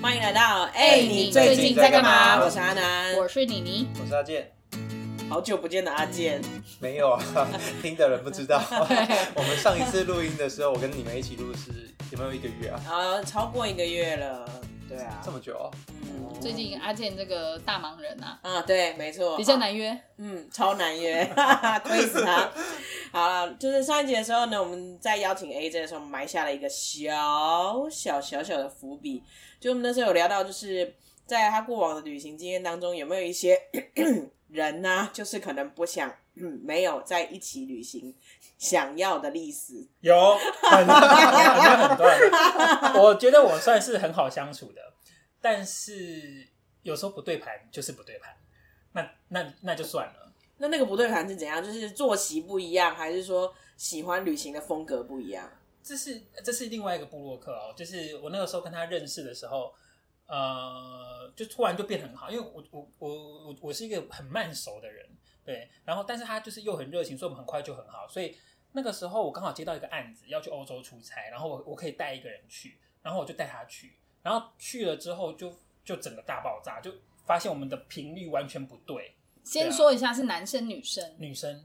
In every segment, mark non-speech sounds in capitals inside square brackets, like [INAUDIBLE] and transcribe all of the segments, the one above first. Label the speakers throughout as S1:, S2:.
S1: 欢迎来到
S2: 哎你最近在干嘛
S1: 我是阿南，
S2: 我是妮妮，
S3: 我是阿健，
S1: 好久不见的阿健，
S3: 没有啊，听的人不知
S4: [LAUGHS]
S3: 道。我们上一次录音的时候，我跟你们一起录是有没有一个月啊？
S1: 呃，超过一个月了，对啊
S3: 这，么久哦？
S1: 嗯
S2: 最近阿健这个大忙人啊，
S1: 啊，对，没错，
S2: 比较，难约，
S1: 嗯，超难约， [LAUGHS] 哈哈，亏死他。好了，就是上一集的时候呢，我们在邀请 AJ 的时候，我们埋下了一个小小小小的伏笔，就我们那时候有聊到，就是在他过往的旅行经验当中，有没有一些 [COUGHS] 人呢、就是可能不想、嗯、没有在一起旅行想要的历史。
S4: 有很很很多人，我觉得我算是很好相处的，但是有时候不对盘就是不对盘，那那那就算了。
S1: 那那个不对盘是怎样？就是作息不一样，还是说喜欢旅行的风格不一样？
S4: 这是这是另外一个布洛克哦，就是我那个时候跟他认识的时候，呃，就突然就变很好，因为我我我我我是一个很慢熟的人，对，然后但是他就是又很热情，所以我们很快就很好，所以那个时候我刚好接到一个案子要去欧洲出差，然后我我可以带一个人去，然后我就带他去，然后去了之后就就整个大爆炸，就发现我们的频率完全不对，啊
S2: 先说一下是男生女生，
S4: 女生，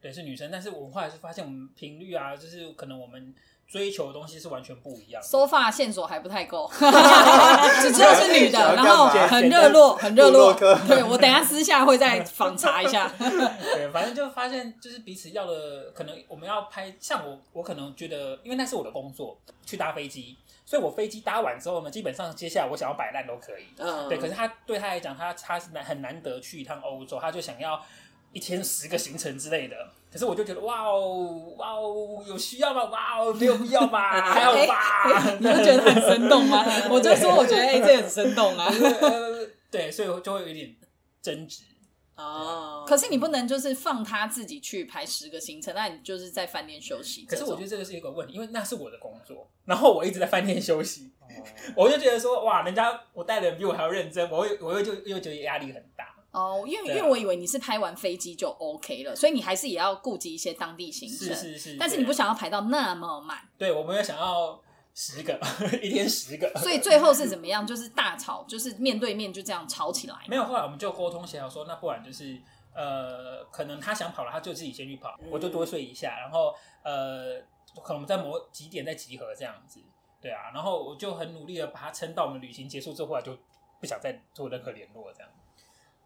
S4: 对，是女生。但是我后来是发现，我们频率啊，就是可能我们追求的东西是完全不一样的。
S2: 收发线索还不太
S4: [LAUGHS]
S2: 够，就只有是女的，然后很热络，很热
S3: 布
S2: 络
S3: 洛克。
S2: 对我等一下私下会再访查一
S4: [LAUGHS]
S2: 下。
S4: 对，反正就发现，就是彼此要的，可能我们要拍，像我，我可能觉得，因为那是我的工作，去搭飞机，所以我飞机搭完之后呢，基本上接下来我想要摆烂都可以。
S1: 嗯，
S4: 对，可是他对他来讲，他他是难很难得去一趟欧洲，他就想要一天十个行程之类的。可是我就觉得，哇哦，哇哦，有需要吗？哇哦，没有必要吧？还好吧？
S2: [LAUGHS] 你们觉得很生动吗？我就说我觉得哎、这很生动啊。
S4: 呃对，所以我就会有一点争执。
S1: [LAUGHS] 哦，
S2: 可是你不能就是放他自己去排十个行程，那你就是在饭店休息。
S4: 可是我觉
S2: 得
S4: 得这个是一个问题，因为那是我的工作，然后我一直在饭店休息， [LAUGHS] 我就觉得说，哇，人家我带的人比我还要认真，我又我又就又觉得压力很大。
S2: 哦，因为因
S4: 对啊
S2: 为我以为你是拍完飞机就 OK 了，所以你还是也要顾及一些当地行程。
S4: 是是是，啊
S2: 但是你不想要排到那么满，
S4: 对，我没有想要十个， [LAUGHS] 一天
S3: [LAUGHS]
S4: 十个，
S2: 所以最后是怎么样？就是大吵，就是面对面就这样吵 [LAUGHS] 起来。
S4: [LAUGHS] 没有，后来我们就沟通协调说，那不然就是呃，可能他想跑了，他就自己先去跑，
S2: 嗯
S4: 我就多睡一下，然后呃，可能我们在某几点再集合这样子，对啊，然后我就很努力的把它撑到我们旅行结束之后，后来就不想再做任何联络这样。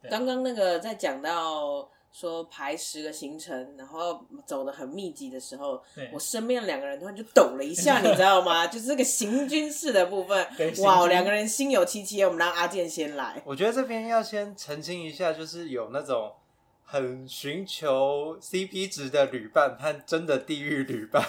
S1: 刚刚那个在讲到说排十个行程，然后走的很密集的时候，
S4: 对
S1: 我，身边的两个人突然就抖了一下，你知道
S4: [LAUGHS]
S1: 吗？就是这个行军式的部分
S4: 对，行
S1: 哇，
S4: 军
S1: 两个人心有戚戚焉。我们让阿健先来，
S3: 我觉得这边要先澄清一下，就是有那种很寻求 CP 值的旅伴和真的地狱旅伴。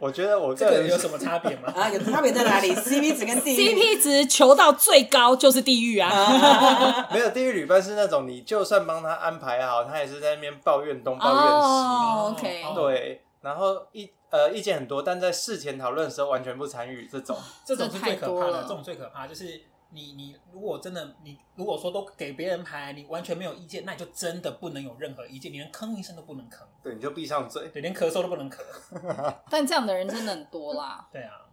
S3: 我觉得我
S4: 这
S3: 个
S4: 个
S3: 人
S4: 有
S3: 是
S4: 什么差别吗？
S1: 啊，有差别在哪里
S4: [LAUGHS]
S1: ？CP 值跟地狱
S2: CP 值求到最高就是地狱啊！
S3: 没有地狱旅伴是那种你就算帮他安排好，他也是在那边抱怨东抱怨西。
S2: 哦，OK，
S4: 哦
S3: 对，然后意呃意见很多，但在事前讨论的时候完全不参与这种。
S4: 这种是最
S2: 这太
S4: 可怕
S2: 多了
S4: 的，这种最可怕就是你你如果真的你如果说都给别人排，你完全没有意见，那你就真的不能有任何意见，你连吭一声都不能吭，
S3: 对，你就闭上嘴。
S4: 对，连咳嗽都不能咳，
S2: 但这样的人真的很多啦。
S4: 对啊，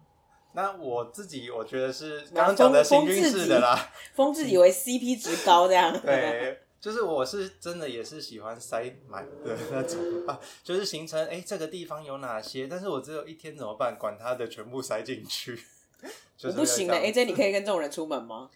S3: 那我自己我觉得是
S1: 那
S3: 刚刚讲的
S1: 封
S3: 行军式的啦，
S1: 封自己为 CP 值高这样，，
S3: [LAUGHS] 对，就是我是真的也是喜欢塞满的那种啊， [LAUGHS] 就是行程哎、诶这个地方有哪些，但是我只有一天怎么办？管他的，全部塞进去。 [LAUGHS] 就
S1: 我
S3: 是
S1: 不行的。
S3: 哎、
S1: AJ，你可以跟这种人出门吗？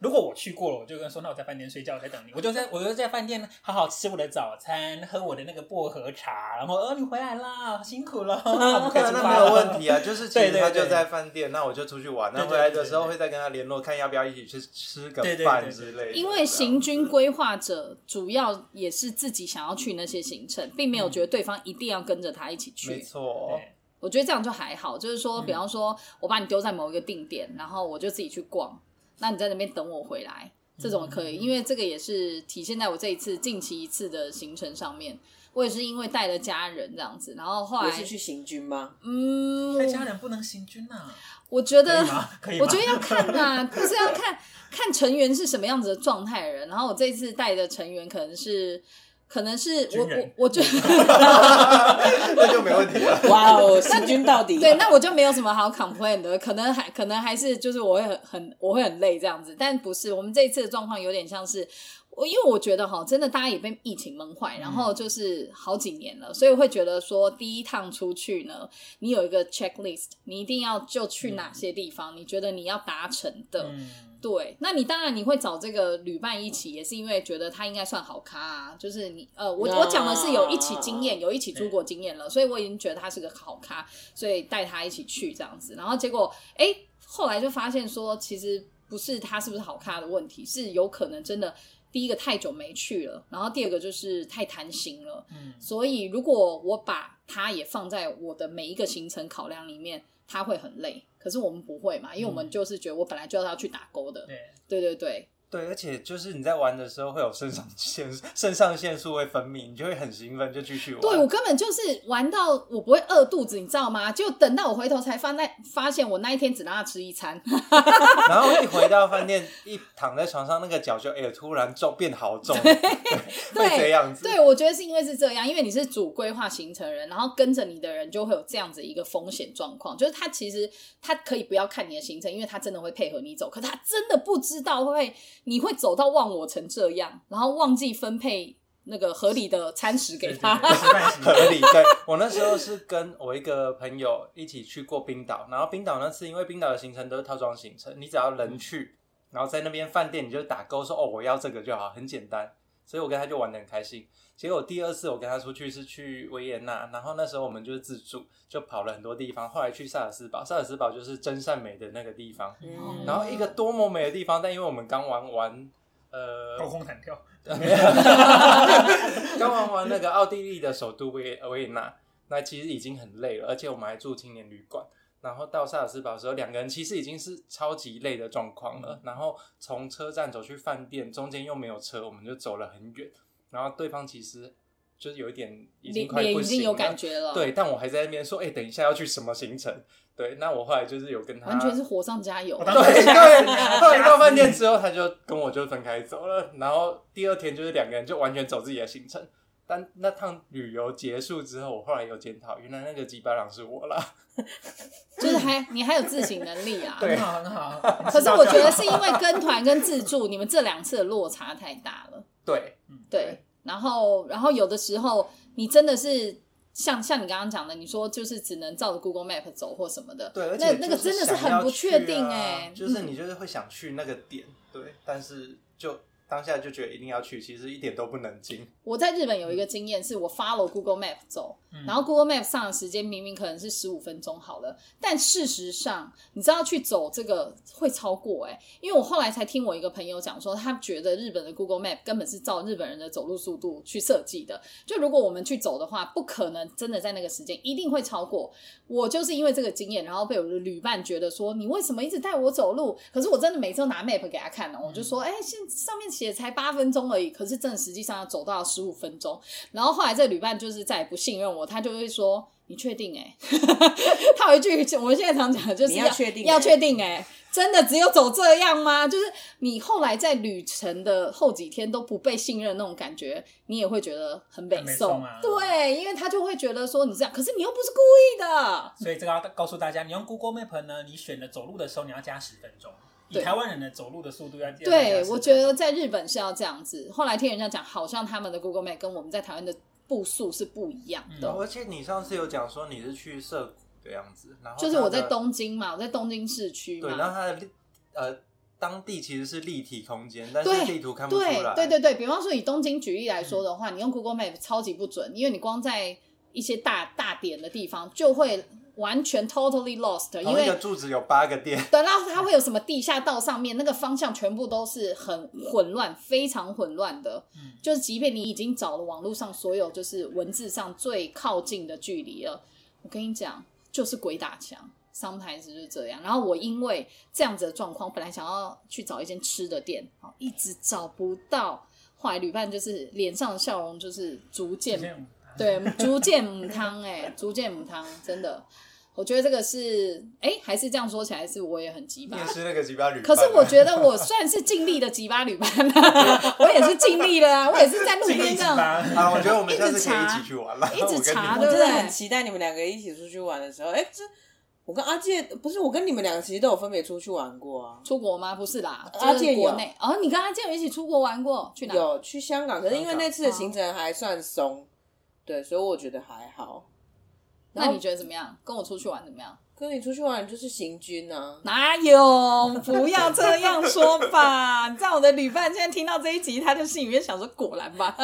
S4: 如果我去过了，我就跟他说，那我在饭店睡觉，我在等你。我就在，我就在饭店好好吃我的早餐，喝我的那个薄荷茶，然后哦，你回来啦，辛苦
S2: [LAUGHS]
S4: 了，那我们可以
S3: 那
S4: 出
S3: 那
S4: 发
S3: 没有问
S4: 了。 [LAUGHS]
S3: 题啊，就是其实
S4: 对对
S3: 他就
S4: 对
S3: 在饭店，那我就出去玩，那
S4: 对对
S3: 回来
S4: 对
S3: 的
S4: 对
S3: 时候
S4: 对
S3: 会再跟他联络，看要不要一起去吃个
S4: 对对对
S3: 饭
S4: 对
S3: 之类的。
S2: 因为行军规划者主要也是自己想要去那些行程，并没有觉得对方一定要跟着他一起
S3: 没
S2: 去。
S3: 错，哦
S4: 对
S2: 我觉得这样就还好，就是
S4: 嗯
S2: 说，比方说我把你丢在某一个定点，然后我就自己去逛，那你在那边等我回来，这种可
S4: 嗯
S2: 以，因为这个也是体现在我这一次近期一次的行程上面。我也是因为带了家人这样子，然后后
S1: 也
S2: 来
S1: 是去行军吗？
S2: 嗯，
S4: 但家人不能行军呐、
S2: 我觉
S4: 可
S2: 得
S4: 以吗？可以吗？
S2: 我觉得要看呐、就是要看看成员是什么样子的状态的人。然后我这次带的成员可能是，可能是我
S4: 军
S2: 我
S4: 人
S2: 我觉得
S3: [LAUGHS] 那就没问题了。
S1: 哇
S2: [LAUGHS]
S1: 哦，细菌到底。
S2: 嗯对，那我就没有什么好 complain 的，可能还可能还是就是我会很很我会很累这样子，但不是我们这一次的状况有点像是。我因为我觉得哈，真的大家也被疫情闷坏，然后就是好几年了，所以会觉得说，第一趟出去呢，你有一个 checklist，你一定要就去哪些地方，你觉得你要达成的，
S4: 嗯，
S2: 对，那你当然你会找这个旅伴一起，也是因为觉得他应该算好咖啊。就是你呃，我我讲的是有一起经验，有一起出国经验了，所以我已经觉得他是个好咖，所以带他一起去这样子。然后结果哎，后来就发现说，其实不是他是不是好咖的问题，是有可能真的第一个太久没去了，然后第二个就是太贪心了。
S4: 嗯
S2: 所以如果我把它也放在我的每一个行程考量里面，它会很累。可是我们不会嘛，因为我们就是觉得我本来就是要去打勾的。
S4: 对，
S2: 对对对，
S3: 对，而且就是你在玩的时候会有肾上腺肾上腺素会分泌，你就会很兴奋，就继续玩。
S2: 对我根本就是玩到我不会饿肚子，你知道吗？就等到我回头才发在发现我那一天只让他吃一
S3: [LAUGHS]
S2: 餐，
S3: 然后一回到饭店，一躺在床上，那个脚就哎、呦突然重变好
S2: [LAUGHS]
S3: 重，会这样子。
S2: 对，我觉得是因为是这样，因为你是主规划行程人，然后跟着你的人就会有这样子一个风险状况，就是他其实他可以不要看你的行程，因为他真的会配合你走，可他真的不知道会你会走到忘我成这样，然后忘记分配那个合理的餐食给他。
S4: 对对对习
S2: [LAUGHS]
S4: 惯性
S3: 合理。对我那时候是跟我一个朋友一起去过冰岛，然后冰岛那次因为冰岛的行程都是套装行程，你只要人去，然后在那边饭店你就打勾说哦我要这个就好，很简单。所以我跟他就玩的很开心。结果第二次我跟他出去是去维也纳，然后那时候我们就是自助，就跑了很多地方。后来去萨尔斯堡，萨尔斯堡就是真善美的那个地方，
S1: 嗯
S2: 哦
S3: 然后一个多么美的地方，但因为我们刚玩完。呃，
S4: 高空
S2: [LAUGHS]
S4: 弹跳， [LAUGHS]
S3: 刚玩完那个奥地利的首都维维也纳，那其实已经很累了，而且我们还住青年旅馆。然后到萨尔斯堡的时候，两个人其实已经是超级累的状况了。然后从车站走去饭店，中间又没有车，我们就走了很远。然后对方其实就是有一点已经
S2: 脸
S3: 快
S2: 脸
S3: 不
S2: 已
S3: 行
S2: 经
S3: 了，
S2: 有感觉了，
S3: 对，，啊但我还在那边说，哎、等一下要去什么行程？对，那我后来就是有跟他
S2: 完全是火上加油
S3: [LAUGHS]
S2: [LAUGHS]
S4: 我。
S3: 对
S4: 当时
S3: 对，后来到饭店
S4: 吓死
S3: 之后，他就跟我就分开走了。然后第二天就是两个人就完全走自己的行程。但那趟旅游结束之后，我后来有检讨，原来那个鸡巴狼是我啦。
S2: 就是还你还有自省能力啊。
S3: [LAUGHS] 对
S4: 很好很好。 [LAUGHS]
S2: 可是我觉得是因
S3: [LAUGHS]
S2: 为跟团跟自助，你们这两次的落差太大了。
S3: 对，
S2: 对，然后然后有的时候你真的是像像你刚刚讲的，你说就是只能照着 Google Map 走或什么的，
S3: 对，而且
S2: 那那个
S3: 就是
S2: 真的是
S3: 想
S2: 很
S3: 要
S2: 不
S3: 去
S2: 确定
S3: 啊
S2: 哎、
S3: 就是
S2: 嗯
S3: 你就是会想去那个点，对，但是就当下就觉得一定要去，其实一点都不能精。
S2: 我在日本有一个经验，是我 follow Google Map 走，然后 Google Map 上的时间明明可能是十五分钟好了，但事实上你知道去走这个会超过哎、欸因为我后来才听我一个朋友讲说，他觉得日本的 Google Map 根本是照日本人的走路速度去设计的，就如果我们去走的话，不可能真的在那个时间，一定会超过。我就是因为这个经验，然后被我的旅伴觉得说你为什么一直带我走路？可是我真的每次都拿 map 给他看呢、
S1: 嗯
S2: 我就说哎、现上面写才八分钟而已，可是真的实际上要走到十五分钟。然后后来这旅伴就是再也不信任我，他就会说。你确
S1: [LAUGHS]
S2: 定哎、他有一句我们现在常讲的就是
S1: 你要确定欸
S2: 要确定哎、真的只有走这样吗？就是你后来在旅程的后几天都不被信任那种感觉，你也会觉得很北
S4: 很北
S2: 宋
S4: 宋啊
S2: 对，因为他就会觉得说你这样，可是你又不是故意的，
S4: 所以这个要告诉大家，你用 Google Map 呢，你选了走路的时候，你要加十分钟。以
S2: 对
S4: 台湾人的走路的速度要加
S2: 对，我觉得
S4: 在
S2: 在日本是要这样子。后来听人家讲，好像他们的 Google Map 跟我们在台湾的步数是不一样的。
S3: 而且你上次有讲说你是去涩谷的样子，然后
S2: 就是
S3: 它
S2: 我在
S3: 的
S2: 东京嘛，我在东京市区
S3: 对，然
S2: 嘛。
S3: 后它的立呃当地其实是立体空间，但
S2: 对
S3: 是地图看不出
S2: 对
S3: 来。
S2: 对对对，比方说以东京举例来说的话，你用 Google Map 超级不准，因为你光在一些大大点的地方就会完全 totally lost，因
S3: 同一
S2: 为
S3: 个柱子有八个店， [LAUGHS]
S2: 等到它会有什么地下道上面那个方向全部都是很混乱，非常混乱的。
S4: 嗯
S2: 就是即便你已经找了网络上所有就是文字上最靠近的距离了，我跟你讲，就是鬼打墙。sometimes 就是这样，然后我因为这样子的状况，本来想要去找一间吃的店，好一直找不到，后来旅伴就是脸上的笑容就是逐渐
S4: 这样
S2: 欸对，逐渐母汤哎，逐渐母汤，真的。我觉得这个是，哎，还是这样说起来，是我也很鸡巴
S3: 你也。是那个鸡巴旅伴啊，
S2: 可是我觉得我算是尽力的鸡巴旅伴啦，我也是尽力了啊，我也是在路
S4: 尽力
S2: 边这
S4: 几
S2: 样
S4: 吧。
S3: [LAUGHS] 啊，我觉得我们
S2: 一
S3: 下次可
S2: 直
S3: 以一
S2: 查
S3: 起去玩了，
S2: 一直
S3: 我跟你
S2: 查
S1: 我真
S2: 对不
S1: 的
S2: 对
S1: 很期待你们两个一起出去玩的时候。哎，这我跟阿健不是我跟你们两个其实都有分别出去玩过啊，
S2: 出国吗？不是啦，
S1: 阿
S2: 就是
S1: 健有
S2: 国内。哦，你跟阿健有一起出国玩过？去哪？
S1: 有去香港，可是因为
S3: 香港
S1: 那次的行程还算松，对，所以我觉得还好。
S2: 那你觉得怎么样？跟我出去玩怎么样？
S1: 跟你出去玩就是行军啊，
S2: [LAUGHS] 哪有？不要这样说吧！你知道我的旅伴现在听到这一集，他就心里面想说：果然吧，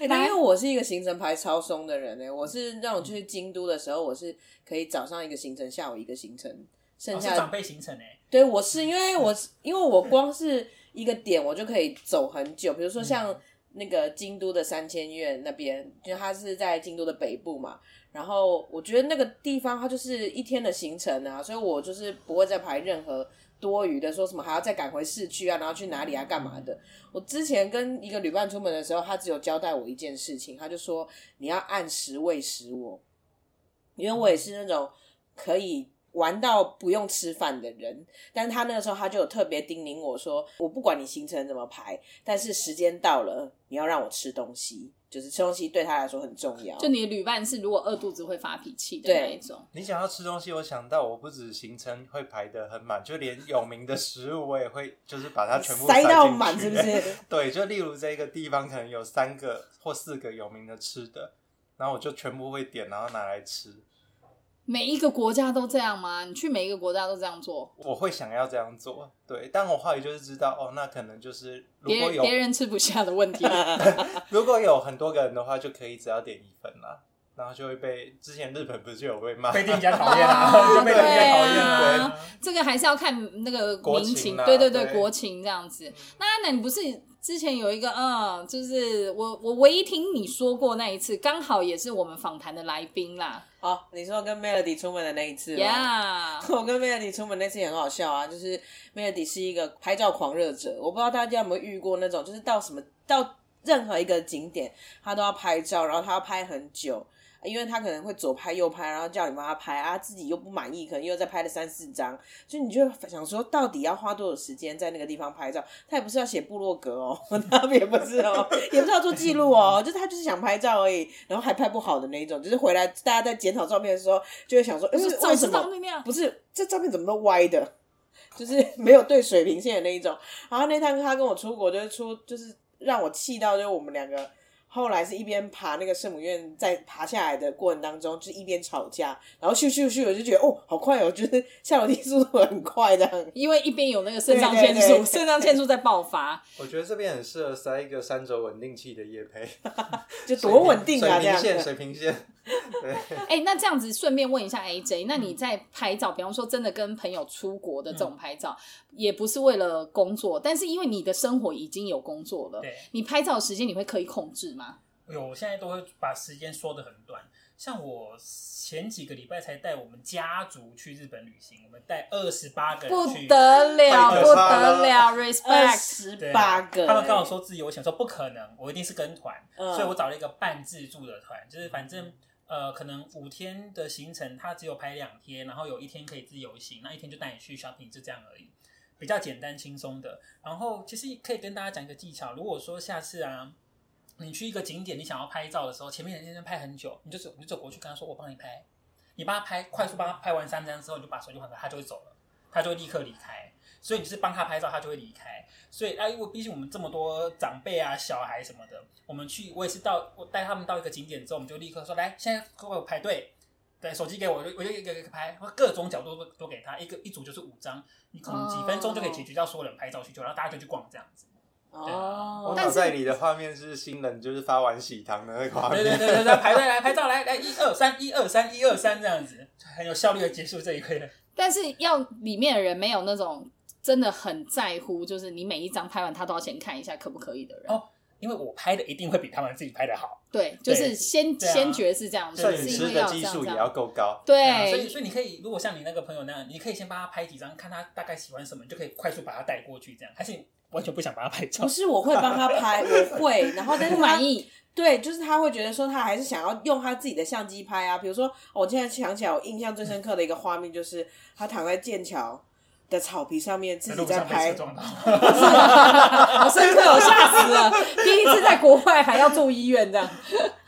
S1: 欸但因为我是一个行程排超松的人呢、欸我是那种去京都的时候，我是可以早上一个行程，下午一个行程，剩
S4: 哦我是
S2: 哦
S1: 下、
S4: 长辈行程哎，
S1: 对我是因为我是因为我光是一个点我就可以走很久，比如说像那个京都的三千院那边，就它是在京都的北部嘛，然后我觉得那个地方它就是一天的行程啊，所以我就是不会再排任何多余的，说什么还要再赶回市区啊，然后去哪里啊，干嘛的。我之前跟一个旅伴出门的时候，他只有交代我一件事情，他就说你要按时喂食我，因为我也是那种可以。玩到不用吃饭的人，但是他那个时候他就有特别叮咛我说，我不管你行程怎么排，但是时间到了，你要让我吃东西，就是吃东西对他来说很重要。
S2: 就你的旅伴是如果饿肚子会发脾气的那一种。
S3: 你想要吃东西，我想到我不止行程会排得很满，就连有名的食物我也会，就是把它全部
S1: 塞到
S3: 进去
S1: 满是不是？？
S3: [LAUGHS] 对，就例如这个地方可能有三个或四个有名的吃的，然后我就全部会点，然后拿来吃。
S2: 每一个国家都这样吗？你去每一个国家都这样做？
S3: 我会想要这样做，对，但我后来就是知道，哦，那可能就是如
S2: 别
S3: 果
S2: 人
S3: 有
S2: 别人吃不下的
S1: [LAUGHS]
S2: 问题，
S3: [LAUGHS] 如果有很多个人的话，就可以只要点一份啦，然后就会被之前日本不是就有被骂，
S4: 被店家讨厌
S2: 哦 [LAUGHS]
S4: 啊，就被店家讨
S2: 对
S4: 厌
S2: 啊
S4: 啊。
S2: 这个还是要看那个
S3: 国
S2: 民
S3: 情
S2: 情，
S1: 啊
S3: 啦
S2: 对对对，
S3: 对
S2: 国情这样
S1: 嗯
S2: 子。那那你不是之前有一个嗯，就是我我唯一听你说过那一次，刚好也是我们访谈的来宾啦，
S1: 哦，你说跟 Melody 出门的那一次吗
S2: 呀、
S1: [LAUGHS] 我跟 Melody 出门那次也很好笑啊，就是 Melody 是一个拍照狂热者，我不知道大家有没有遇过那种，就是到什么到任何一个景点，他都要拍照，然后他要拍很久，因为他可能会左拍右拍，然后叫你帮他拍啊，自己又不满意，可能又再拍了三四张，所以你就想说，到底要花多少时间在那个地方拍照？他也不是要写部落格哦，他也不是哦，也不是要做记录哦，就是他就是想拍照而已，然后还拍不好的那一种，就是回来大家在检讨照片的时候，就会想说，
S2: 不
S1: 哎、
S2: 是
S1: 为
S2: 早
S1: 什
S2: 知
S1: 么
S2: 道？那
S1: [LAUGHS]
S2: 样。
S1: 不是这照片怎么都歪的，就是 [LAUGHS] 没有对水平线的那一种。然后那趟他跟我出国，就是出就是让我气到，就是我们两个后来是一边爬那个圣母院，在爬下来的过程当中，就是一边吵架，然后咻咻咻，我就觉得哦，好快哦，就是下楼梯速度很快这样。
S2: 因为一边有那个肾上
S1: 对对
S2: 腺
S1: 对
S2: 素，肾上腺素在爆发，
S3: [LAUGHS] 我觉得这边很适合塞一个三轴稳定器的叶配，
S1: 就多稳定啊，这
S3: 水平
S1: 样
S3: 线，水平线，对。
S2: 哎、那这样子顺便问一下 AJ，那
S4: 嗯
S2: 你在拍照，比方说真的跟朋友出国的这
S4: 嗯
S2: 种拍照，也不是为了工作，但是因为你的生活已经有工作了
S4: 对，
S2: 你拍照的时间你会刻意控制吗？
S4: 有，我现在都会把时间缩得很短。像我前几个礼拜才带我们家族去日本旅行，我们带二十八个
S2: 不
S4: 人去。呃
S2: 得了，
S3: 太
S2: 不
S3: 可怕
S2: 得
S3: 了
S2: 了
S4: [LAUGHS]
S1: 二
S2: ，respect！
S1: 十
S4: 对啊
S1: 八个、
S4: 他们跟我说自由，我想说不可能，我一定是跟团，
S1: 嗯
S4: 所以我找了一个半自助的团，就是反正呃，可能五天的行程，他只有排两天，然后有一天可以自由行，那一天就带你去 shopping，就这样而已，比较简单轻松的。然后其实可以跟大家讲一个技巧，如果说下次啊。你去一个景点，你想要拍照的时候，前面人先拍很久，你就走，你就走过去跟他说：“我帮你拍。”你帮他拍，快速帮他拍完三张之后，你就把手机还给他，他就会走了，他就会立刻离开。所以你就是帮他拍照，他就会离开。所以啊，因为毕竟我们这么多长辈啊、小孩什么的，我们去我也是到我带他们到一个景点之后，我们就立刻说来，现在给我排队，对，手机给我，我就我就一个一个拍，各种角度都都给他，一个一组就是五张，你可能几分钟就可以解决掉所有人拍照需求，然后大家就去逛这样子。
S1: 哦
S4: 啊
S3: 我，
S2: 但
S3: 脑
S2: 是
S3: 袋里的画面是新人就是发完喜糖的那个画
S4: 对
S3: 面，
S4: 对对对对，排队来拍照来来一二三一二三一二三这样子，很有效率的结束这一刻。
S2: 但是要里面的人没有那种真的很在乎，就是你每一张拍完他都要先看一下可不可以的人，
S4: 哦因为我拍的一定会比他们自己拍的好，
S2: 对，就是
S4: 对
S2: 先、
S4: 对啊
S2: 先决是这样
S3: [LAUGHS]
S2: 子，
S3: 摄
S2: 是
S3: 影
S2: 因
S3: 师
S2: 为
S3: 的
S2: 要这
S3: 技
S2: 样
S3: 术
S2: 这
S3: 也
S2: 样
S3: 要，够高。
S4: 啊所以
S2: 对，
S4: 所以你可以，如果像你那个朋友那样，你可以先帮他拍几张，看他大概喜欢什么，你就可以快速把他带过去，这样。还是完全不想帮他拍照
S1: 不。是我会帮他拍，我会，然后但是
S2: 不
S1: 他
S2: 满意，
S1: 对，就是他会觉得说他还是想要用他自己的相机拍啊。比如说，哦我现在想起来，我印象最深刻的一个画面就是他躺在剑桥的草皮上面自己
S4: 路
S1: 在
S4: 上被
S1: 拍
S4: 车，
S2: [LAUGHS]
S4: 撞到，
S3: [LAUGHS]
S2: 好深刻，我吓死了。 [LAUGHS] 第一次在国外还要住医院这样，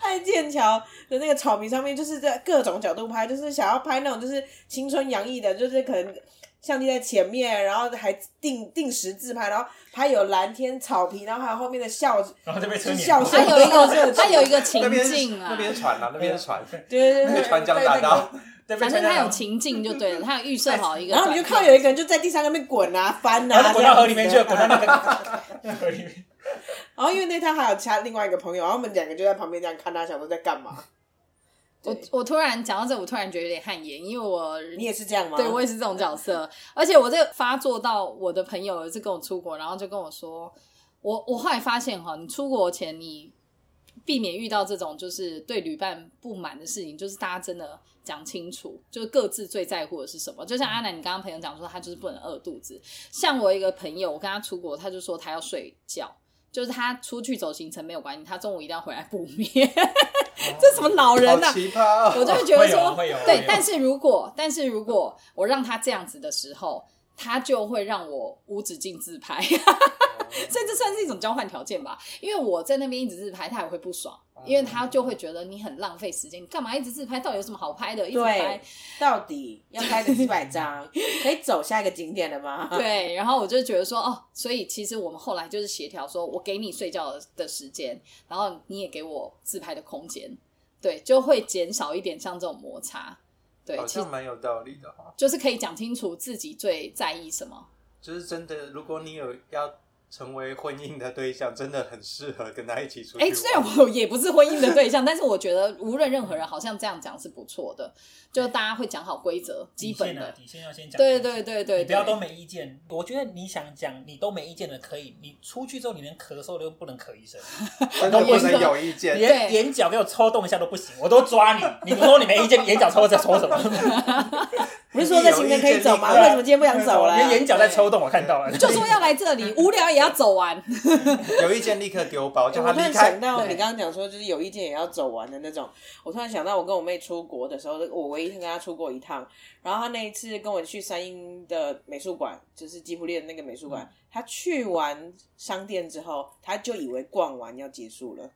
S1: 在剑桥的那个草皮上面，就是在各种角度拍，就是想要拍那种就是青春洋溢的，就是可能相机在前面，然后还定定时自拍，然后拍有蓝天、草皮，然后还有后面的校，
S4: 然后就被车碾
S1: 笑
S4: 过
S1: 死。
S2: [LAUGHS] 他有一
S3: [LAUGHS]
S2: 个他有一个情
S3: 那边是
S2: 境啊
S3: 那，边 [LAUGHS] 是船啊，那边是船，
S1: 对对
S3: 那
S1: 对
S3: 个
S1: 对，
S3: 船桨
S1: 对
S3: 大
S1: 那个
S3: 道，
S4: 对被
S2: 反
S4: 车
S2: 正
S4: 撞
S2: 他
S4: 到
S2: 有情境就对了，他有预设好一 [LAUGHS] 个
S1: 然
S2: 转
S1: 后
S2: 变。
S1: 你就看到有一个人就在地上那边滚啊翻
S4: 然
S1: 啊，
S4: 后滚到河里面去了，
S1: 这样
S4: 滚
S1: 子
S4: 到
S2: [LAUGHS]
S4: 那个河里面。
S1: 然后因为那天还有其他另外一个朋友，然后我们两个就在旁边这样看他，想说在干嘛。
S2: 我我突然讲到这，我突然觉得有点汗颜，因为我
S1: 你也是这样吗？
S2: 对我也是这种角色，而且我这个发作到我的朋友有一次跟我出国，然后就跟我说，我我后来发现哈，你出国前你避免遇到这种就是对旅伴不满的事情，就是大家真的讲清楚，就是各自最在乎的是什么。就像阿南，你刚刚朋友讲说他就是不能饿肚子，像我一个朋友，我跟他出国，他就说他要睡觉。就是他出去走行程没有关系，他中午一定要回来补眠。 [LAUGHS] 这什么老人啊呐、
S3: 好奇葩
S4: [LAUGHS]
S3: 哦！
S2: 我就会觉得说，
S4: 会有会有会
S2: 对
S4: 有，
S2: 但是如果但是如果我让他这样子的时候，他就会让我无止境自拍， [LAUGHS] 所以这算是一种交换条件吧。因为我在那边一直自拍，他也会不爽，
S4: 哦
S2: 因为他就会觉得你很浪费时间，你干嘛一直自拍？到底有什么好拍的？一直拍
S1: 对，，到底要拍个几百张，可以走下一个景点了吗？
S4: 啊
S2: 对，然后我就觉得说，哦，所以其实我们后来就是协调说，我给你睡觉的时间，然后你也给我自拍的空间，对，就会减少一点像这种摩擦。 [LAUGHS] 对，
S3: 好
S2: 其实
S3: 像蛮有道理的哦。
S2: 就是可以讲清楚自己最在意什么。
S3: 就是真的，如果你有要成为婚姻的对象，真的很适合跟他一起出去
S2: 哎、
S3: 玩。
S2: 虽然我也不是婚姻的对象，但 [LAUGHS] 是我觉得无论任何人，好像这样讲是不错的，就大家会讲好规则，基
S4: 底
S2: 本
S4: 线啊，
S2: 的。
S4: 底线要先讲。
S2: 对对对对
S4: 你不要都
S2: 对，
S4: 没意见。我觉得你想讲，你都没意见的可以。你出去之后，你连咳嗽都不能咳一声，
S3: 真的不
S2: 我也
S3: 能
S2: 是
S3: 有意见，
S4: 你连眼角给我抽动一下都不行，我都抓你。你说你没意见，眼角抽在抽什么？
S1: 不是说在行程可以走吗？
S3: 有意见
S1: 为什么今天不想
S2: 啊
S1: 走啊了？
S4: 连眼角在抽动，我看到了。
S2: 就说要来这
S4: [LAUGHS]
S2: 里，无聊也要走完。
S3: 有意见立刻丢包，叫他
S1: 我突然
S3: 离开
S1: 想。到你
S2: 对
S1: 刚刚讲说，就是有意见也要走完的那种。我突然想到，我跟我妹出国的时候，我唯一跟她出过一趟，然后她那一次跟我去三英的美术馆，就是吉普力的那个美术
S2: 嗯
S1: 馆，她去完商店之后，她就以为逛完要结束了，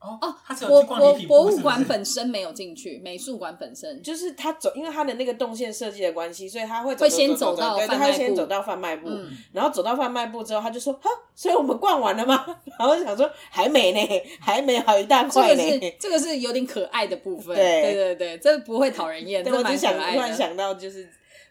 S4: 哦，他只有
S2: 博
S4: 去逛
S2: 博
S4: 礼品
S2: 博
S4: 部
S2: 物
S4: 是不
S2: 馆
S4: 是
S2: 本身没有进去，美术馆本身
S1: 就是她走，因为她的那个动线设计的关系，所以她会走
S2: 会先
S1: 走
S2: 走到
S1: 对，
S2: 贩
S1: 她
S2: 卖
S1: 会先
S2: 部
S1: 走到贩卖部，
S2: 嗯
S1: 然后走到贩卖部之后，她就说：“哈，所以我们逛完了吗？” [LAUGHS] 然后想说还没呢， [LAUGHS] 还没好一大
S2: 这
S1: 块
S2: 个
S1: 呢。
S2: 是这个是有点可爱的部分。
S1: 对
S2: 对对对，这不会讨人厌，
S1: [LAUGHS] 对，我
S2: 这
S1: 只
S2: 蛮可
S1: 想突
S2: 爱
S1: 然
S2: 的。
S1: 想到，就是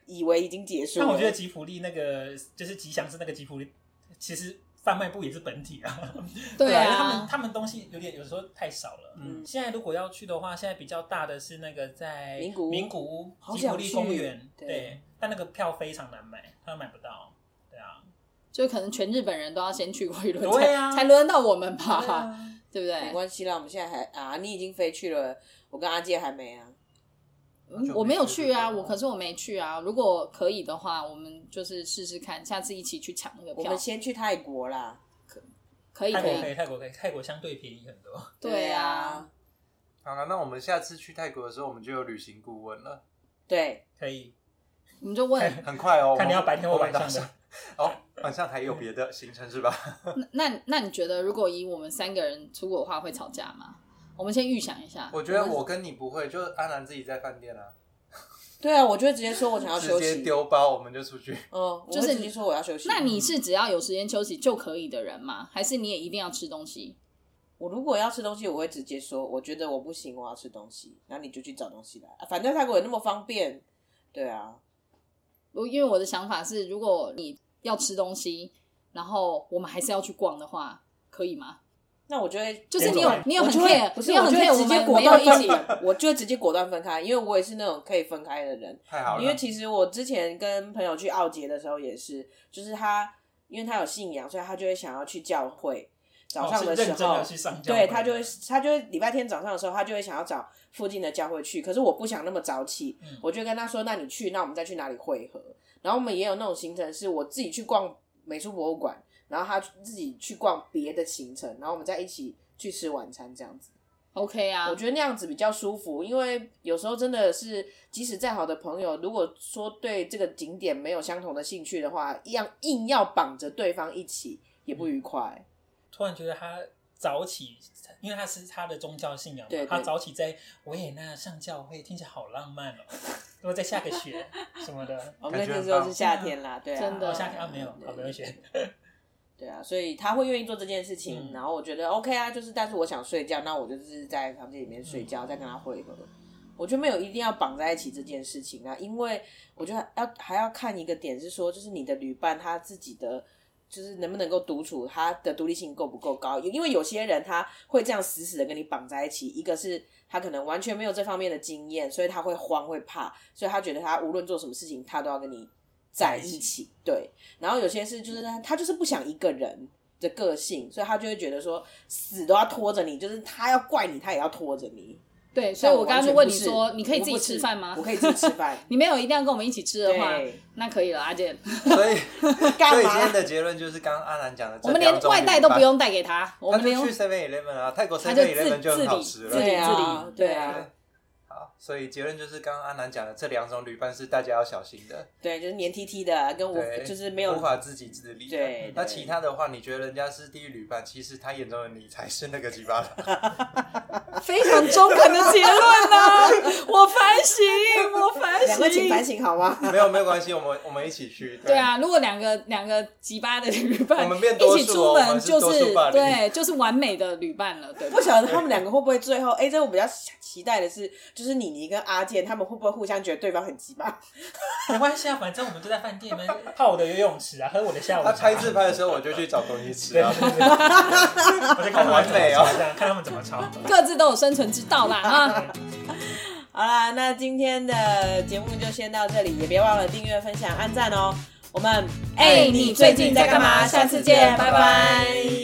S1: 以为已经结束
S4: 但
S1: 了。
S4: 我觉得吉普力那个就是吉祥是那个吉普力，其实贩卖部也是本体啊。
S2: 对
S4: [LAUGHS] 因为他们
S2: 啊，
S4: 他们东西有点有时候太少了。
S3: 嗯
S4: 现在如果要去的话，现在比较大的是那个在
S1: 名古屋
S4: 名古屋
S1: 好
S4: 吉
S1: 想
S4: 卜力公园，
S1: 去对
S4: 但那个票非常难买，他买不到。对啊，
S2: 就可能全日本人都要先去过一轮，
S4: 对
S2: 才
S4: 啊
S2: 才轮到我们吧，
S4: 对啊
S2: 对不
S1: 没
S2: 对？
S1: 关系啦，我们现在还啊，你已经飞去了，我跟阿介还没啊。
S2: 嗯
S3: 就
S2: 我没
S3: 没
S2: 有
S3: 去
S2: 去啊，
S3: 过
S2: 我可是我没去啊。如果可以的话，我们就是试试看，下次一起去抢那个
S1: 我
S2: 票
S1: 们，先去泰国啦。
S2: 可以
S4: 泰
S2: 可
S4: 国可
S2: 以。
S4: 以，泰国可以，泰国相对便宜很多。
S2: 对啊，，
S3: 好了，那我们下次去泰国的时候，我们就有旅行顾问了，
S1: 对，
S4: 可以，
S2: 我们
S3: [LAUGHS]
S2: 就问，
S3: 很快哦。
S4: 看你要白天或
S3: 我们
S4: 晚上
S3: 打算
S4: 的。
S3: [LAUGHS] 哦，晚上还有别的行程是吧？
S4: [LAUGHS]
S2: 那那那你觉得，如果以我们三个人出国的话，会吵架吗？我们先预想一下。
S3: 我觉得我跟你不会，就安南自己在饭店啊，
S1: 对啊，我就会直接说我想要
S3: 直
S1: 休
S3: 接
S1: 息。
S3: 丢包，我们就出去。
S1: 嗯，我
S2: 就
S1: 会
S2: 是
S1: 直接说我要休息。
S2: 那你是只要有时间休息就可以的人吗？还是你也一定要吃东西？
S1: 我如果要吃东西，我会直接说，我觉得我不行，我要吃东西。然后你就去找东西来，啊反正泰国也那么方便。对啊，
S2: 我因为我的想法是，如果你要吃东西，然后我们还是要去逛的话，可以吗？
S1: 那我就会
S2: 就是你
S4: 我
S2: 有
S4: 懂
S2: 你有
S1: 我
S2: 很
S1: 就会
S2: care，
S1: 不是，
S2: 你有
S1: 我
S2: 很
S1: 就会直
S2: care，
S1: 接
S2: 我们
S1: 果
S2: 没有
S1: 断
S2: 一
S1: 分
S2: 起。
S1: 开，我就会直接果断分开，因为我也是那种可以分开的人。
S3: 太好了，
S1: 因为其实我之前跟朋友去奥捷的时候也是，就是他因为他有信仰，所以他就会想要去教会。早
S4: 哦
S1: 上
S4: 是
S1: 时
S4: 认真
S1: 候，
S4: 的去上教会
S1: 对他就会他就会礼拜天早上的时候，他就会想要找附近的教会去。可是我不想那么早起，
S4: 嗯
S1: 我就跟他说：“那你去，那我们再去哪里汇合？”然后我们也有那种行程，是我自己去逛美术博物馆，然后他自己去逛别的行程，然后我们再一起去吃晚餐这样子。
S2: OK 啊
S1: 我，觉得那样子比较舒服，因为有时候真的是，即使再好的朋友，如果说对这个景点没有相同的兴趣的话，一样硬要绑着对方一起，也不愉快。
S4: 突然觉得他早起，因为他是他的宗教信仰嘛，
S1: 对对
S4: 他早起在维也纳上教会，听起来好浪漫
S3: [LAUGHS]
S4: 哦。如果再下个雪什么的，
S1: 我们
S3: 感觉
S1: 那
S3: 很
S1: 时候
S3: 棒
S1: 是夏天啦，对啊，
S2: 真的
S4: 哦，夏天啊没有，
S1: 对
S4: 啊没有雪，
S1: 对啊，所以他会愿意做这件事情，
S4: 嗯
S1: 然后我觉得 OK 啊，就是但是我想睡觉，那我就是在房间里面睡
S4: 嗯
S1: 觉，再跟他会合。我觉得没有一定要绑在一起这件事情啊，因为我觉得要还要看一个点是说，就是你的旅伴他自己的。就是能不能够独处，他的独立性够不够高？有因为有些人他会这样死死的跟你绑在一起，一个是他可能完全没有这方面的经验，所以他会慌会怕，所以他觉得他无论做什么事情，他都要跟你在一
S4: 在一
S1: 起。对，然后有些是就是他他就是不想一个人的个性，所以他就会觉得说死都要拖着你，就是他要怪你，他也要拖着你。
S2: 对，所以我刚刚就
S1: 就
S2: 问你说，你可以自己吃饭吗？。
S1: 我可以自己吃饭
S2: 你没有一定要跟我们一起 [LAUGHS] 吃的话
S1: 对，
S2: 那可以了，阿健，
S3: 所
S2: [LAUGHS]
S3: 以，所
S1: 干
S3: 以今天
S1: 嘛？
S3: 的结论就是刚刚阿南讲的，
S2: 我们连外带都不。用带给他，我
S3: 他
S2: 们
S3: 就
S2: 连
S3: 去 Seven Eleven 啊，泰国
S2: 他
S3: Seven
S2: 就自
S3: Eleven 就
S2: 自
S3: 很好
S2: 理
S3: 吃了
S2: 自理。
S1: 对
S2: 自
S1: 啊
S2: 理，
S1: 对啊
S3: 好，所以结论就是刚刚阿南讲的这两种旅伴是大家要小心的，
S1: 对，就是黏 T T 的，啊跟我
S3: 对，
S1: 就是没有
S3: 无法自己自理的。
S1: 对
S3: 那
S1: 对
S3: 其他的话，你觉得人家是地狱旅伴，其实他眼中的你才是那个鸡巴
S2: [LAUGHS]
S3: 的。
S2: 非常中肯的结论
S3: [LAUGHS]
S2: 呢、我反省，我反
S1: 两个请反
S2: 省。
S1: 省好吗？ [LAUGHS]
S3: 没有，没有关系，我们我们一起去。
S2: 对，啊，如果两个两个鸡巴的旅伴
S3: 我们变多
S2: 一
S3: 数哦
S2: 起出门，就
S3: 我们是多数霸凌
S2: 对，就是完美的旅伴了，对吧
S1: 不？晓得他们两个会不会最后，哎、这我比较期待的是，就是妮妮跟阿健他们会不会互相觉得对方很鸡巴？ [LAUGHS]
S4: 没关系啊，反正我们就在饭店里面
S3: [LAUGHS]
S4: 泡我的游泳池啊，喝我的下午
S3: 他
S4: 茶。
S3: 拍自拍的时候，我就去找东西吃
S4: 对，
S3: 啊 [LAUGHS]
S4: 对。对对我在看他们
S3: 好完美哦
S4: 怎么吵架看他们怎么吵。
S2: 各自都有生存之道啦
S3: [LAUGHS]
S2: 啊！
S1: 好啦，那今天的节目就先到这里，也别忘了订阅、分享、按赞哦。我们
S2: 哎哎你最近在干嘛下次见拜拜
S3: [LAUGHS]